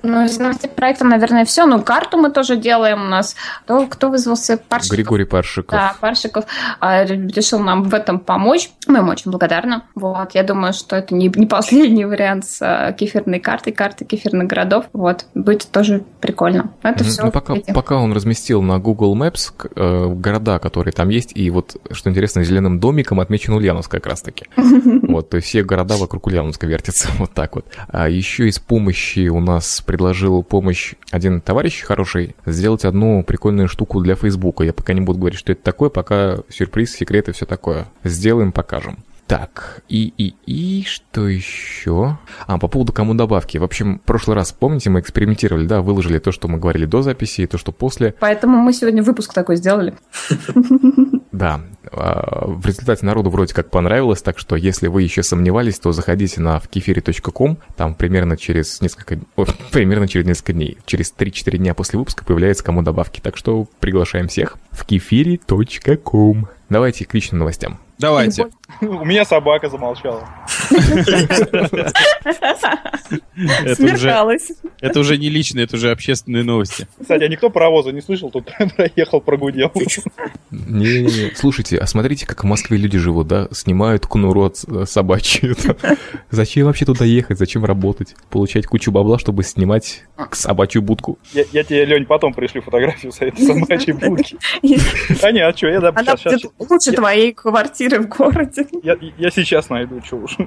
Speaker 5: Ну, из новостей проекта, наверное, все. Ну, карту мы тоже делаем у нас. Кто, кто вызвался? Паршиков.
Speaker 4: Григорий Паршиков.
Speaker 5: Да, Паршиков а, решил нам в этом помочь. Мы ему очень благодарны. Вот, я думаю, что это не, не последний вариант с а, кефирной картой, карты кефирных городов. Вот, будет тоже прикольно. Это
Speaker 4: Мгм.
Speaker 5: все.
Speaker 4: Ну, пока, пока он разместил на Google Maps к- э, города, которые там есть, и вот, что интересно, зеленым домиком отмечен Ульяновск как раз-таки. Вот, то есть все города вокруг Ульяновска вертятся, вот так вот. А еще из помощи у нас предложил помощь один товарищ хороший сделать одну прикольную штуку для Фейсбука. Я пока не буду говорить, что это такое, пока сюрприз, секреты, все такое. Сделаем, покажем. Так, и, и, и, что еще? А, по поводу кому добавки. В общем, в прошлый раз, помните, мы экспериментировали, да, выложили то, что мы говорили до записи, и то, что после.
Speaker 5: Поэтому мы сегодня выпуск такой сделали.
Speaker 4: Да, а, в результате народу вроде как понравилось, так что если вы еще сомневались, то заходите на вкефире.ком, там примерно через несколько, о, примерно через несколько дней, через 3-4 дня после выпуска появляется кому добавки, так что приглашаем всех в кефире.ком. Давайте к личным новостям.
Speaker 7: Давайте.
Speaker 3: У меня собака замолчала.
Speaker 7: Это уже,
Speaker 5: Смеркалось.
Speaker 7: это уже не личные, это уже общественные новости.
Speaker 3: Кстати, а никто паровоза не слышал, тут проехал, прогудел.
Speaker 4: Не-не-не, слушайте, а смотрите, как в Москве люди живут, да? Снимают кнуру от с- собачью. там. Зачем вообще туда ехать? Зачем работать? Получать кучу бабла, чтобы снимать собачью будку?
Speaker 3: Я, я тебе, Лень, потом пришлю фотографию с этой собачьей будки. А не, а что, я, да,
Speaker 5: Она
Speaker 3: щас- щас-
Speaker 5: будет лучше твоей квартиры в городе.
Speaker 3: я, я сейчас найду, чё уж.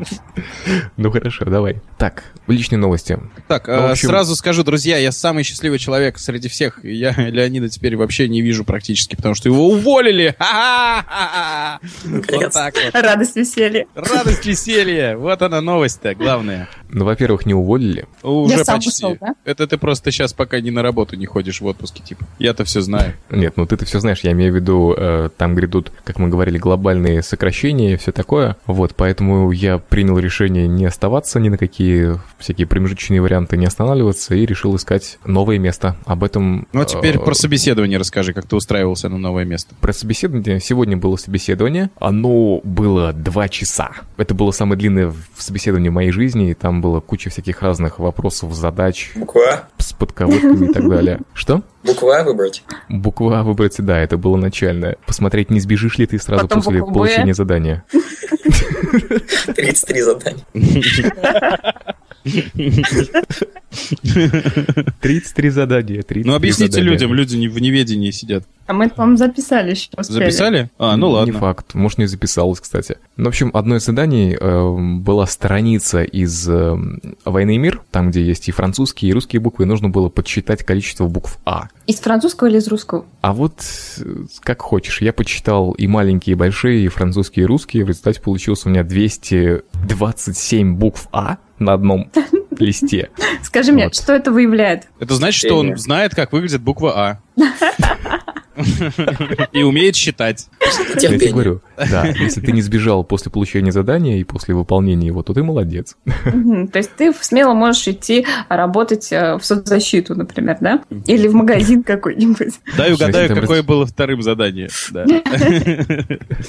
Speaker 4: Ну хорошо, давай. Так, личные новости.
Speaker 7: Так,
Speaker 4: Ну, в
Speaker 7: э,
Speaker 4: общем-
Speaker 7: сразу скажу, друзья, я самый счастливый человек среди всех. И Я Леонида теперь вообще не вижу практически, потому что его уволили. Ха-ха-ха-ха! Вот
Speaker 6: Наконец.
Speaker 7: так вот.
Speaker 5: Радость веселья.
Speaker 7: Радость веселья. Вот она новость-то, главное.
Speaker 4: Ну, во-первых, не уволили.
Speaker 7: Уже
Speaker 5: сам
Speaker 7: почти.
Speaker 5: ушел, да?
Speaker 7: Это ты просто сейчас пока не на работу не ходишь в отпуске, типа. Я-то все знаю.
Speaker 4: Нет, ну ты-то все знаешь, я имею в виду, э, там грядут, как мы говорили, глобальные сокращения и все такое. Вот, поэтому я при принял решение не оставаться ни на какие всякие промежуточные варианты не останавливаться и решил искать новое место. Об этом...
Speaker 7: Ну, а теперь
Speaker 4: э,
Speaker 7: про собеседование расскажи, как ты устраивался на новое место.
Speaker 4: Про собеседование. Сегодня было собеседование. Оно было два часа. Это было самое длинное в- собеседование в моей жизни, и там было куча всяких разных вопросов, задач
Speaker 6: Буква. А.
Speaker 4: с подковырками и так далее. Что?
Speaker 6: Буква А выбрать.
Speaker 4: Буква А выбрать, да, это было начальное. Посмотреть, не сбежишь ли ты сразу
Speaker 5: Потом
Speaker 4: после
Speaker 5: букву «Б».
Speaker 4: получения задания.
Speaker 6: 33 задания.
Speaker 4: 33 задания, 33
Speaker 7: Ну, объясните
Speaker 4: задания.
Speaker 7: людям, люди не- в неведении сидят.
Speaker 5: А мы, по-моему, записали еще. успели.
Speaker 7: Записали? А, ну
Speaker 4: Не
Speaker 7: ладно.
Speaker 4: факт. Может, не записалось, кстати. Ну, в общем, одно из заданий эм, была страница из эм, «Войны и мир», там, где есть и французские, и русские буквы, и нужно было подсчитать количество букв «А».
Speaker 5: Из французского или из русского?
Speaker 4: А вот э, как хочешь. Я подсчитал и маленькие, и большие, и французские, и русские. В результате получилось у меня 227 букв «А» на одном листе.
Speaker 5: Скажи мне,
Speaker 4: Вот.
Speaker 5: что это выявляет?
Speaker 7: Это значит, что он
Speaker 6: Или-
Speaker 7: знает, как выглядит буква А. И умеет считать.
Speaker 4: Ну, Я тебе
Speaker 6: Терпение.
Speaker 4: говорю, да, если ты не сбежал после получения задания и после выполнения его, то ты молодец.
Speaker 5: Мгм. То есть ты смело можешь идти работать э, в соцзащиту, например, да? Или в магазин какой-нибудь.
Speaker 7: Дай
Speaker 4: Значит,
Speaker 7: угадаю,
Speaker 4: там раз-
Speaker 7: какое было вторым задание. Да.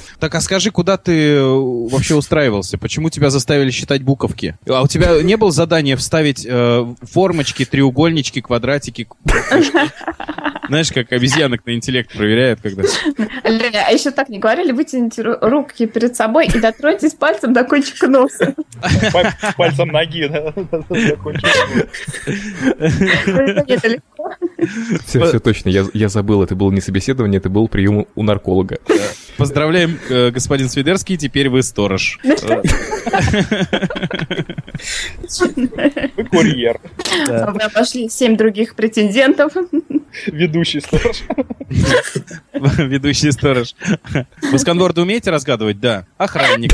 Speaker 7: Так, а скажи, куда ты э, вообще устраивался? Почему тебя заставили считать буковки? А у тебя не было задания вставить э, формочки, треугольнички, квадратики? кружки? Знаешь, как обезьянок на интеллект проверяют, когда...
Speaker 5: Ля, А еще так не говорили, вытяните ру- руки перед собой и дотроньтесь пальцем до кончика носа.
Speaker 3: Па- Пальцем ноги, да, закончил.
Speaker 5: Это легко.
Speaker 4: Все, все точно, я, я забыл, это было не собеседование, это был прием у нарколога.
Speaker 7: Поздравляем, э, господин Свидерский, теперь вы сторож.
Speaker 5: Ну
Speaker 3: Вы курьер,
Speaker 5: Мы обошли семь других претендентов.
Speaker 3: ведущий сторож.
Speaker 7: Ведущий сторож. Вы сканворды умеете разгадывать? Да. Охранник.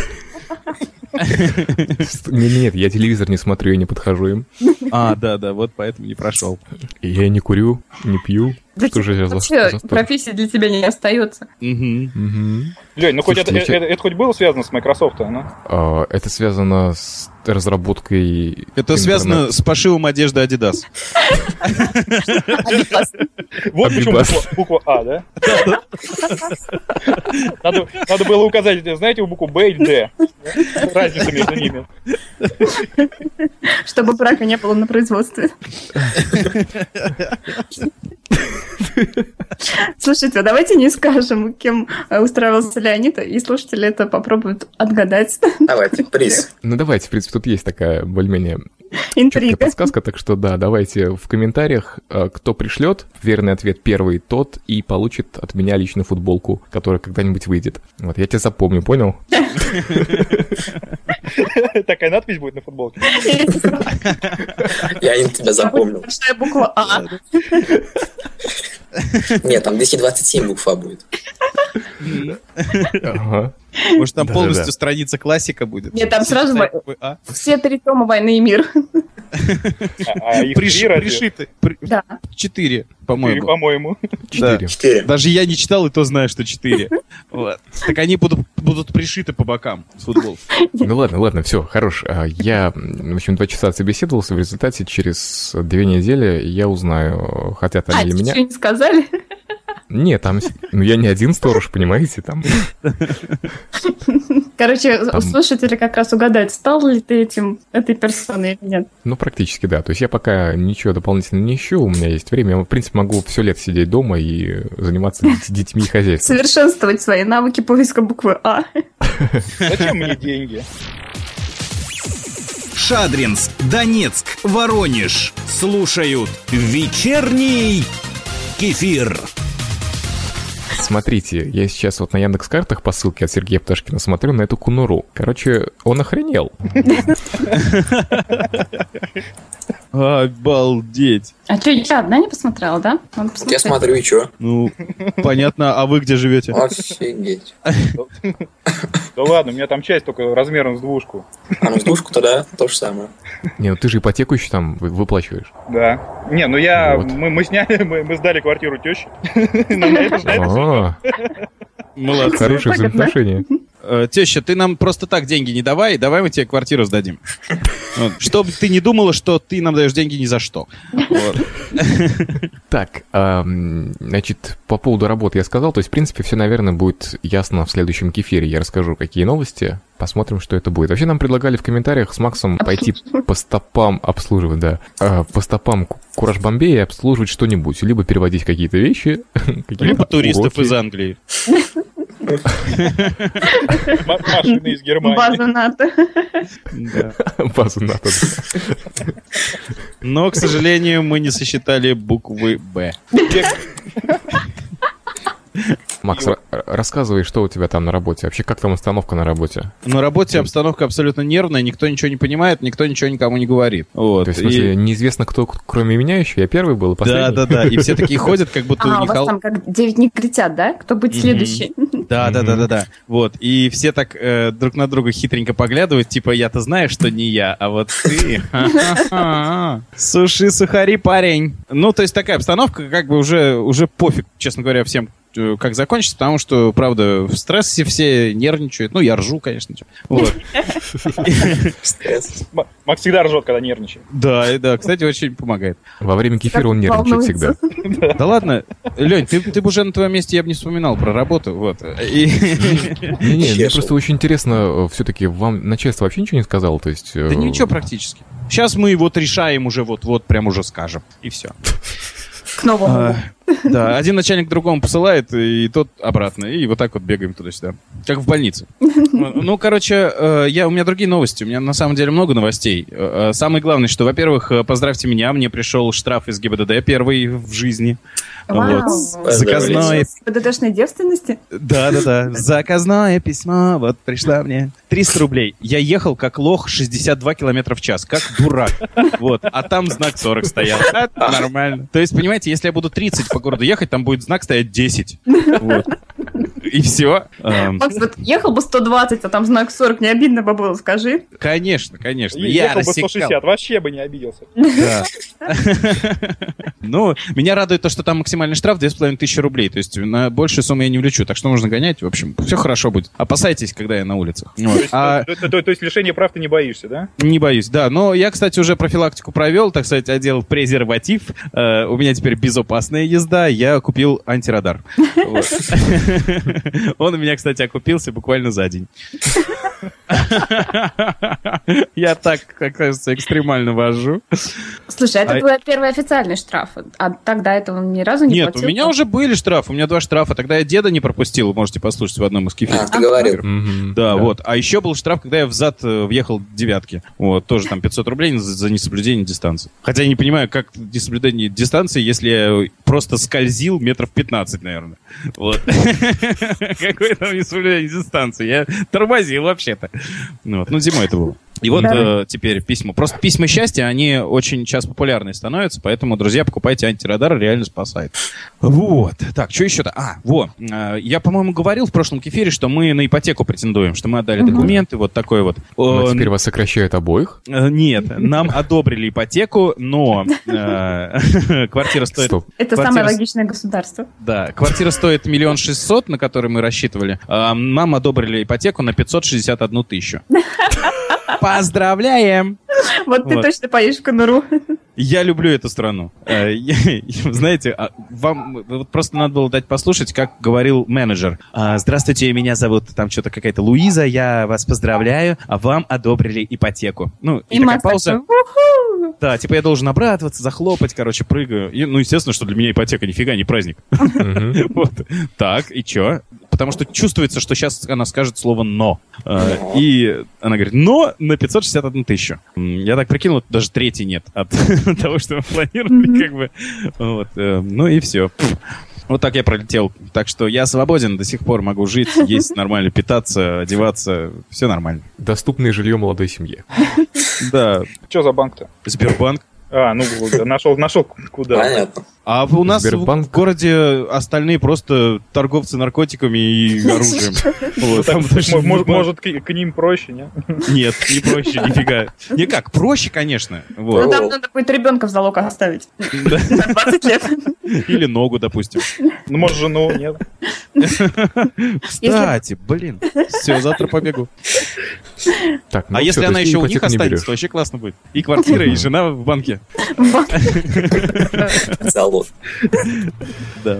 Speaker 4: Нет, нет, я телевизор не смотрю, я не подхожу им.
Speaker 7: А, да, да, вот поэтому не прошел.
Speaker 4: И Я не курю, не пью.
Speaker 5: Да
Speaker 4: Что же я за-
Speaker 5: Вообще
Speaker 4: за сторож?
Speaker 5: профессии для тебя не остается.
Speaker 7: Мгм.
Speaker 4: Мгм.
Speaker 3: Лень, ну хоть это,
Speaker 4: Слушайте,
Speaker 3: это- это хоть было связано с Microsoft, а?
Speaker 4: А, Это связано с разработкой...
Speaker 7: Это связано с пошивом одежды Adidas.
Speaker 3: ну? Вот почему
Speaker 4: Абибас.
Speaker 3: буква, буква А, да? Надо, надо было указать, знаете, букву Б и Д. Разница между ними.
Speaker 5: Чтобы брака не было на производстве. Слушайте, а давайте не скажем, кем э, устраивался Леонид, и слушатели это попробуют отгадать.
Speaker 6: Давайте, приз.
Speaker 4: Ну давайте, в принципе, тут есть такая более-менее четкая
Speaker 5: Интрига.
Speaker 4: подсказка, так что да, давайте в комментариях, э, кто пришлет верный ответ первый, тот и получит от меня личную футболку, которая когда-нибудь выйдет. Вот, я тебя запомню, понял?
Speaker 3: Такая надпись будет на футболке.
Speaker 6: Я им тебя запомнил.
Speaker 5: Большая буква А.
Speaker 6: Нет, там 227 буква А будет.
Speaker 4: Ага.
Speaker 7: Может, там
Speaker 4: Да-да-да.
Speaker 7: полностью страница классика будет?
Speaker 5: Нет, там сразу
Speaker 7: Считай,
Speaker 5: мы-
Speaker 7: какой А.
Speaker 5: Все три тома «Войны и мир».
Speaker 3: А- А их
Speaker 7: Приш-
Speaker 3: три разве?
Speaker 7: Пришиты. При-
Speaker 5: Да.
Speaker 7: Четыре,
Speaker 3: Четыре,
Speaker 7: по-моему.
Speaker 3: по-моему.
Speaker 4: Четыре.
Speaker 6: Четыре.
Speaker 7: Даже я не читал, и то знаю, что четыре. Вот. Так они будут, будут пришиты по бокам с футбол.
Speaker 4: Ну ладно, ладно, все, хорош. А, Я, м, в общем, два часа собеседовался, в результате через две недели я узнаю, э, хотят
Speaker 5: А,
Speaker 4: они или
Speaker 5: тебе
Speaker 4: меня.
Speaker 5: ничего не сказали?
Speaker 4: Нет, там, с- ну я не один сторож, понимаете, там.
Speaker 5: Короче,
Speaker 4: Там-
Speaker 5: слушатели как раз угадают, стал ли ты этим, этой персоной или нет.
Speaker 4: Ну, практически, да. То есть я пока ничего дополнительно не ищу, у меня есть время. Я, в принципе, могу все лето сидеть дома и заниматься дит- детьми и хозяйством.
Speaker 5: Совершенствовать свои навыки поиска буквы А.
Speaker 3: Зачем мне деньги?
Speaker 9: Шадринск, Донецк, Воронеж. Слушают вечерний кефир.
Speaker 4: Смотрите, я сейчас вот на Яндекс.Картах по ссылке от Сергея Пташкина смотрю на эту кунуру. Короче, он охренел.
Speaker 7: Обалдеть.
Speaker 5: А что, я одна не посмотрела, да? Он
Speaker 6: Я
Speaker 5: посмотрел.
Speaker 6: смотрю, и чё?
Speaker 7: Ну, понятно. А вы где живете?
Speaker 6: Офигеть.
Speaker 3: Да ладно, у меня там часть только размером с двушку.
Speaker 6: А ну, с двушку-то, да, то же самое.
Speaker 4: Не, ну ты же ипотеку еще там вы- выплачиваешь.
Speaker 3: Да. Не, ну я...
Speaker 4: Вот.
Speaker 3: Мы, мы сняли, мы, мы сдали квартиру тещи. На это- на
Speaker 4: А,
Speaker 3: это-
Speaker 7: Молодцы.
Speaker 4: хорошее
Speaker 5: Выгодно.
Speaker 4: взаимоотношение.
Speaker 7: Э, э, теща, ты нам просто так деньги не давай, давай мы тебе квартиру сдадим. Вот. Чтобы ты не думала, что ты нам даешь деньги ни за что. Вот.
Speaker 4: Так, ам, значит, по поводу работы я сказал, то есть, в принципе, все, наверное, будет ясно в следующем кефире. Я расскажу, какие новости, посмотрим, что это будет. Вообще, нам предлагали в комментариях с Максом пойти по стопам обслуживать, да, а, по стопам Ку- Кураж Бомбея и обслуживать что-нибудь, либо переводить какие-то вещи, какие-то
Speaker 7: Либо туристов
Speaker 4: уроки.
Speaker 7: из Англии.
Speaker 3: М- Машины из Германии.
Speaker 5: База НАТО.
Speaker 4: Базу НАТО.
Speaker 7: Но, к сожалению, мы не сосчитали буквы «Б».
Speaker 4: Макс, ра- рассказывай, что у тебя там на работе, вообще, как там остановка на работе?
Speaker 7: На работе обстановка абсолютно нервная, никто ничего не понимает, никто ничего никому не говорит. Вот.
Speaker 4: То есть, в
Speaker 7: и-
Speaker 4: смысле, неизвестно, кто, к- кроме меня еще, я первый был, и
Speaker 7: Да,
Speaker 4: последний?
Speaker 7: да, да. И все такие ходят, как будто
Speaker 5: А,
Speaker 7: у
Speaker 5: у
Speaker 7: них
Speaker 5: вас
Speaker 7: ал-
Speaker 5: там как девять негритят, да? Кто будет
Speaker 7: Мгм.
Speaker 5: следующий?
Speaker 7: Да, да, да,
Speaker 4: Мгм.
Speaker 7: да, да. Вот. И все так э, друг на друга хитренько поглядывают, типа, я-то знаю, что не я, а вот ты. Ха-ха-ха. Суши, сухари, парень. Ну, то есть такая обстановка, как бы уже, уже пофиг, честно говоря, всем э, как закончится, потому что, правда, в стрессе все нервничают. Ну, я ржу, конечно. же. Вот.
Speaker 6: Стресс.
Speaker 3: М- Макс всегда ржет, когда нервничает.
Speaker 7: Да, и да, кстати, очень помогает.
Speaker 4: Во время кефира он нервничает
Speaker 5: волнуется.
Speaker 4: всегда.
Speaker 7: Да ладно, Лень, ты, ты бы уже на твоем месте, я бы не вспоминал про работу. Вот. И-
Speaker 4: Не-не, мне
Speaker 6: Чешет.
Speaker 4: просто очень интересно, все-таки вам начальство вообще ничего не сказало, то есть... э,
Speaker 7: Да ничего практически. Сейчас мы вот решаем уже вот-вот, прям уже скажем. И все.
Speaker 5: К
Speaker 7: А,
Speaker 5: новому.
Speaker 7: Да, один начальник другому посылает, и тот обратно. И вот так вот бегаем туда-сюда. Как в больнице. Ну, короче, э, я, у меня другие новости. У меня на самом деле много новостей. Э, э, Самое главное, что, во-первых, э, поздравьте меня. Мне пришел штраф из ГИБДД первый в жизни.
Speaker 5: Вау.
Speaker 7: Вот. Заказное
Speaker 5: БДДшной девственности?
Speaker 7: да, да, да. Заказное письмо, вот пришла мне. 300 рублей. Я ехал как лох 62 километра в час, как дурак. Вот. А там знак 40 стоял. А, Нормально. То есть, понимаете, если я буду 30 по городу ехать, там будет знак стоять 10. Вот. И Эм, все.
Speaker 5: Макс, вот ехал бы 120, а там знак 40, не обидно бы было, скажи.
Speaker 7: Конечно, конечно.
Speaker 3: Е-
Speaker 7: Я
Speaker 3: Ехал бы
Speaker 7: рассекал.
Speaker 3: 160, вообще бы не обиделся.
Speaker 7: Да. Ну, меня радует то, что там максимальный штраф 2500 рублей. То есть на большую сумму я не влечу. Так что нужно гонять. В общем, все хорошо будет. Опасайтесь, когда я на улицах.
Speaker 3: То
Speaker 7: Вот.
Speaker 3: есть,
Speaker 7: А
Speaker 3: то- то- то- то есть лишения прав ты не боишься, да?
Speaker 7: Не боюсь, да. Но я, кстати, уже профилактику провел, так сказать, одел презерватив. Э, у меня теперь безопасная езда. Я купил антирадар. Вот. Он у меня, кстати, окупился буквально за день. Я так, как кажется, экстремально вожу.
Speaker 5: Слушай, а это
Speaker 7: А-
Speaker 5: твой первый официальный штраф, а тогда этого ни разу не
Speaker 7: Нет, у
Speaker 5: платил?
Speaker 7: меня уже были штрафы. У меня два штрафа. Тогда я деда не пропустил. Можете послушать в одном из
Speaker 6: А,
Speaker 7: кефиров.
Speaker 6: ты говорил.
Speaker 4: Мгм,
Speaker 7: Да, вот. А еще был штраф, когда я взад э, въехал девятки. Вот, тоже там 500 рублей за, за несоблюдение дистанции. Хотя я не понимаю, как несоблюдение дистанции, если я просто скользил метров 15, наверное. Вот. Какое там несоблюдение дистанции? Я тормозил вообще-то. Ну, вот. ну зимой это было. И вот
Speaker 5: Да.
Speaker 7: э, теперь письма. Просто письма счастья, они очень сейчас популярные становятся, поэтому, друзья, покупайте антирадар, реально спасает. Вот. Так, что еще-то? А, во. Э, Я, по-моему, говорил в прошлом эфире, что мы на ипотеку претендуем, что мы отдали
Speaker 5: Мгм.
Speaker 7: документы, вот такой вот.
Speaker 4: Но
Speaker 7: Э,
Speaker 4: Ну, а теперь вас сокращают обоих?
Speaker 7: э, Нет, нам одобрили ипотеку, но э, квартира стоит...
Speaker 4: Стоп.
Speaker 5: Это
Speaker 7: Квартира
Speaker 5: самое
Speaker 7: с-
Speaker 5: логичное государство.
Speaker 7: Да, квартира стоит миллион шестьсот, на который мы рассчитывали. А нам одобрили ипотеку на 561 тысячу. Поздравляем!
Speaker 5: Вот ты
Speaker 7: Вот.
Speaker 5: точно поедешь в Конуру.
Speaker 7: Я люблю эту страну. Э, я- Знаете, а, вам вот просто надо было дать послушать, как говорил менеджер. А, Здравствуйте, меня зовут там что-то какая-то Луиза, я вас поздравляю, а вам одобрили ипотеку. Ну, и, такая
Speaker 5: Макс
Speaker 7: пауза.
Speaker 5: такой, «Уху!»
Speaker 7: Да, типа я должен обрадоваться, захлопать, короче, прыгаю. И, ну, естественно, что для меня ипотека нифига не праздник.
Speaker 4: Мгм.
Speaker 7: Вот. Так, и чё? Потому что чувствуется, что сейчас она скажет слово «но». Э, И она говорит «но» на 561 тысячу. М, Я так прикинул, даже третий нет от того, что мы планировали,
Speaker 5: Мгм.
Speaker 7: как бы. Вот. э, Ну и все. Вот так я пролетел. Так что я свободен, до сих пор могу жить, есть нормально, питаться, одеваться, все нормально.
Speaker 4: Доступное жилье молодой семье.
Speaker 7: Да,
Speaker 3: Что за банк-то?
Speaker 7: Сбербанк.
Speaker 3: А, ну вот, нашел, нашел куда.
Speaker 6: Понятно.
Speaker 7: А в- у нас в-
Speaker 4: Сбербанк.
Speaker 7: в городе остальные просто торговцы наркотиками и оружием. Вот,
Speaker 3: Так,
Speaker 7: там даже
Speaker 3: мо- мо-
Speaker 7: Сбербанк-
Speaker 3: Может, к к ним проще, не?
Speaker 7: Нет, не проще, нифига. Никак, проще, конечно.
Speaker 5: Ну
Speaker 7: Вот.
Speaker 5: там надо будет ребенка в залог оставить.
Speaker 7: Да.
Speaker 5: На 20 лет.
Speaker 7: Или ногу, допустим.
Speaker 3: Ну, может, жену, нет?
Speaker 7: Кстати, блин. Все, завтра побегу.
Speaker 4: Так, ну
Speaker 7: А если
Speaker 4: всё,
Speaker 7: она
Speaker 4: то есть
Speaker 7: еще у
Speaker 4: ипотеку
Speaker 7: них
Speaker 4: не
Speaker 7: останется,
Speaker 4: берёшь.
Speaker 7: то вообще классно будет. И квартира, и жена в банке.
Speaker 5: Вот.
Speaker 6: залог.
Speaker 7: Да.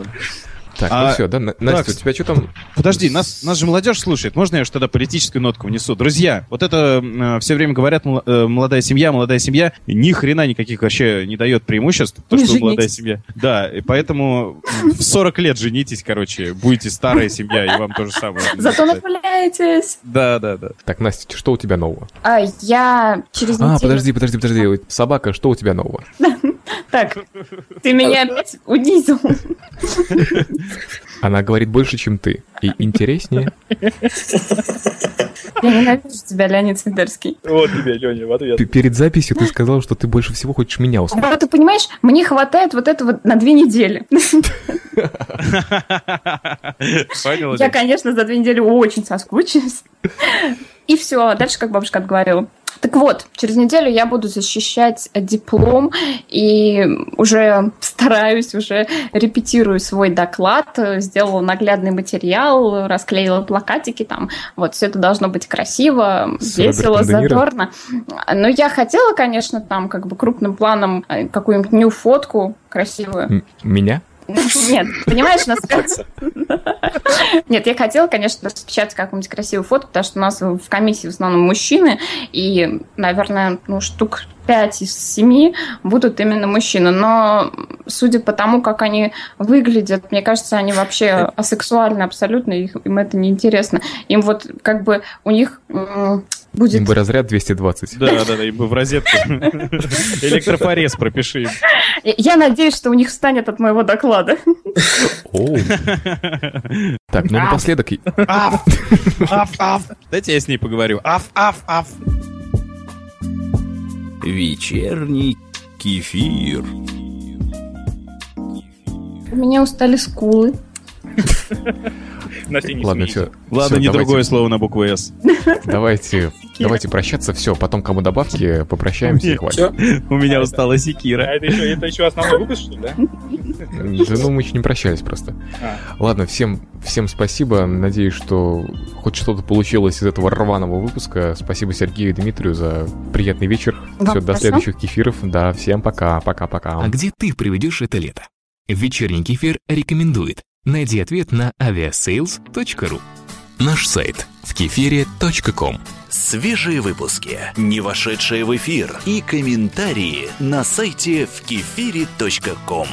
Speaker 4: Так,
Speaker 7: А,
Speaker 4: ну все, да, На- Настя, у тебя что там?
Speaker 7: Подожди, нас, нас же молодежь слушает. Можно я уж тогда политическую нотку внесу? Друзья, вот это все время говорят, мл- э, молодая семья, молодая семья. Ни хрена никаких вообще не дает преимуществ, то,
Speaker 5: Не
Speaker 7: что вы молодая
Speaker 5: женитесь.
Speaker 7: семья. Да, и поэтому в 40 лет женитесь, короче, будете старая семья, и вам то же самое.
Speaker 5: Зато направляетесь.
Speaker 7: Да, да, да.
Speaker 4: Так, Настя, что у тебя нового?
Speaker 5: А, я через неделю...
Speaker 4: А, подожди, подожди, подожди. Ой, Собака, что у тебя нового?
Speaker 5: Так, ты меня опять унизил.
Speaker 4: Она говорит больше, чем ты. И интереснее.
Speaker 5: Я ненавижу тебя, Леонид Свидерский.
Speaker 3: Вот тебе, Леня, в ответ.
Speaker 4: Ты перед записью ты сказал, что ты больше всего хочешь меня услышать.
Speaker 5: Вот ты понимаешь, мне хватает вот этого на две недели.
Speaker 7: Понял?
Speaker 5: Я,
Speaker 7: Олег?
Speaker 5: конечно, за две недели очень соскучилась. И все, дальше, как бабушка отговорила. Так вот, через неделю я буду защищать э, диплом и уже стараюсь, уже репетирую свой доклад, э, сделала наглядный материал, э, расклеила плакатики там. Вот, все это должно быть красиво,
Speaker 4: С
Speaker 5: весело,
Speaker 4: Робертом Де Ниро?
Speaker 5: задорно. Но я хотела, конечно, там как бы крупным планом э, какую-нибудь ню фотку красивую.
Speaker 4: М- Меня?
Speaker 5: Нет, понимаешь, нас... Нет, я хотела, конечно, распечатать какую-нибудь красивую фотку, потому что у нас в комиссии в основном мужчины, и, наверное, ну, штук 5 из 7 будут именно мужчины. Но судя по тому, как они выглядят, мне кажется, они вообще асексуальны абсолютно, их, им это неинтересно. Им вот как бы у них м, будет...
Speaker 4: Им бы разряд 220.
Speaker 7: Да, да, да, и бы в розетку. Электрофорез пропиши. им.
Speaker 5: Я- Я надеюсь, что у них встанет от моего доклада.
Speaker 4: Оу. Так, ну напоследок...
Speaker 7: Аф! Аф, аф! Дайте я с ней поговорю. Аф, аф, аф!
Speaker 10: Вечерний кефир.
Speaker 5: У меня устали скулы.
Speaker 3: Настя, не
Speaker 4: Ладно,
Speaker 3: смейся.
Speaker 4: все.
Speaker 7: Ладно, не другое слово на букву «С».
Speaker 4: Давайте, давайте прощаться, все, потом кому добавки, попрощаемся и хватит.
Speaker 6: Все?
Speaker 7: У меня устала секира.
Speaker 3: А это еще, это еще основной выпуск, что ли, да?
Speaker 4: Да ну мы еще не прощались просто.
Speaker 3: А.
Speaker 4: Ладно, всем, всем спасибо. Надеюсь, что хоть что-то получилось из этого рваного выпуска. Спасибо Сергею и Дмитрию за приятный вечер.
Speaker 5: Вам
Speaker 4: все, до
Speaker 5: хорошо?
Speaker 4: следующих кефиров. Да, всем пока, пока-пока.
Speaker 1: А где ты проведешь это лето? Вечерний кефир рекомендует. Найди ответ на aviasales.ru Наш сайт в кефире.ком
Speaker 10: Свежие выпуски, не вошедшие в эфир и комментарии на сайте в кефире.ком.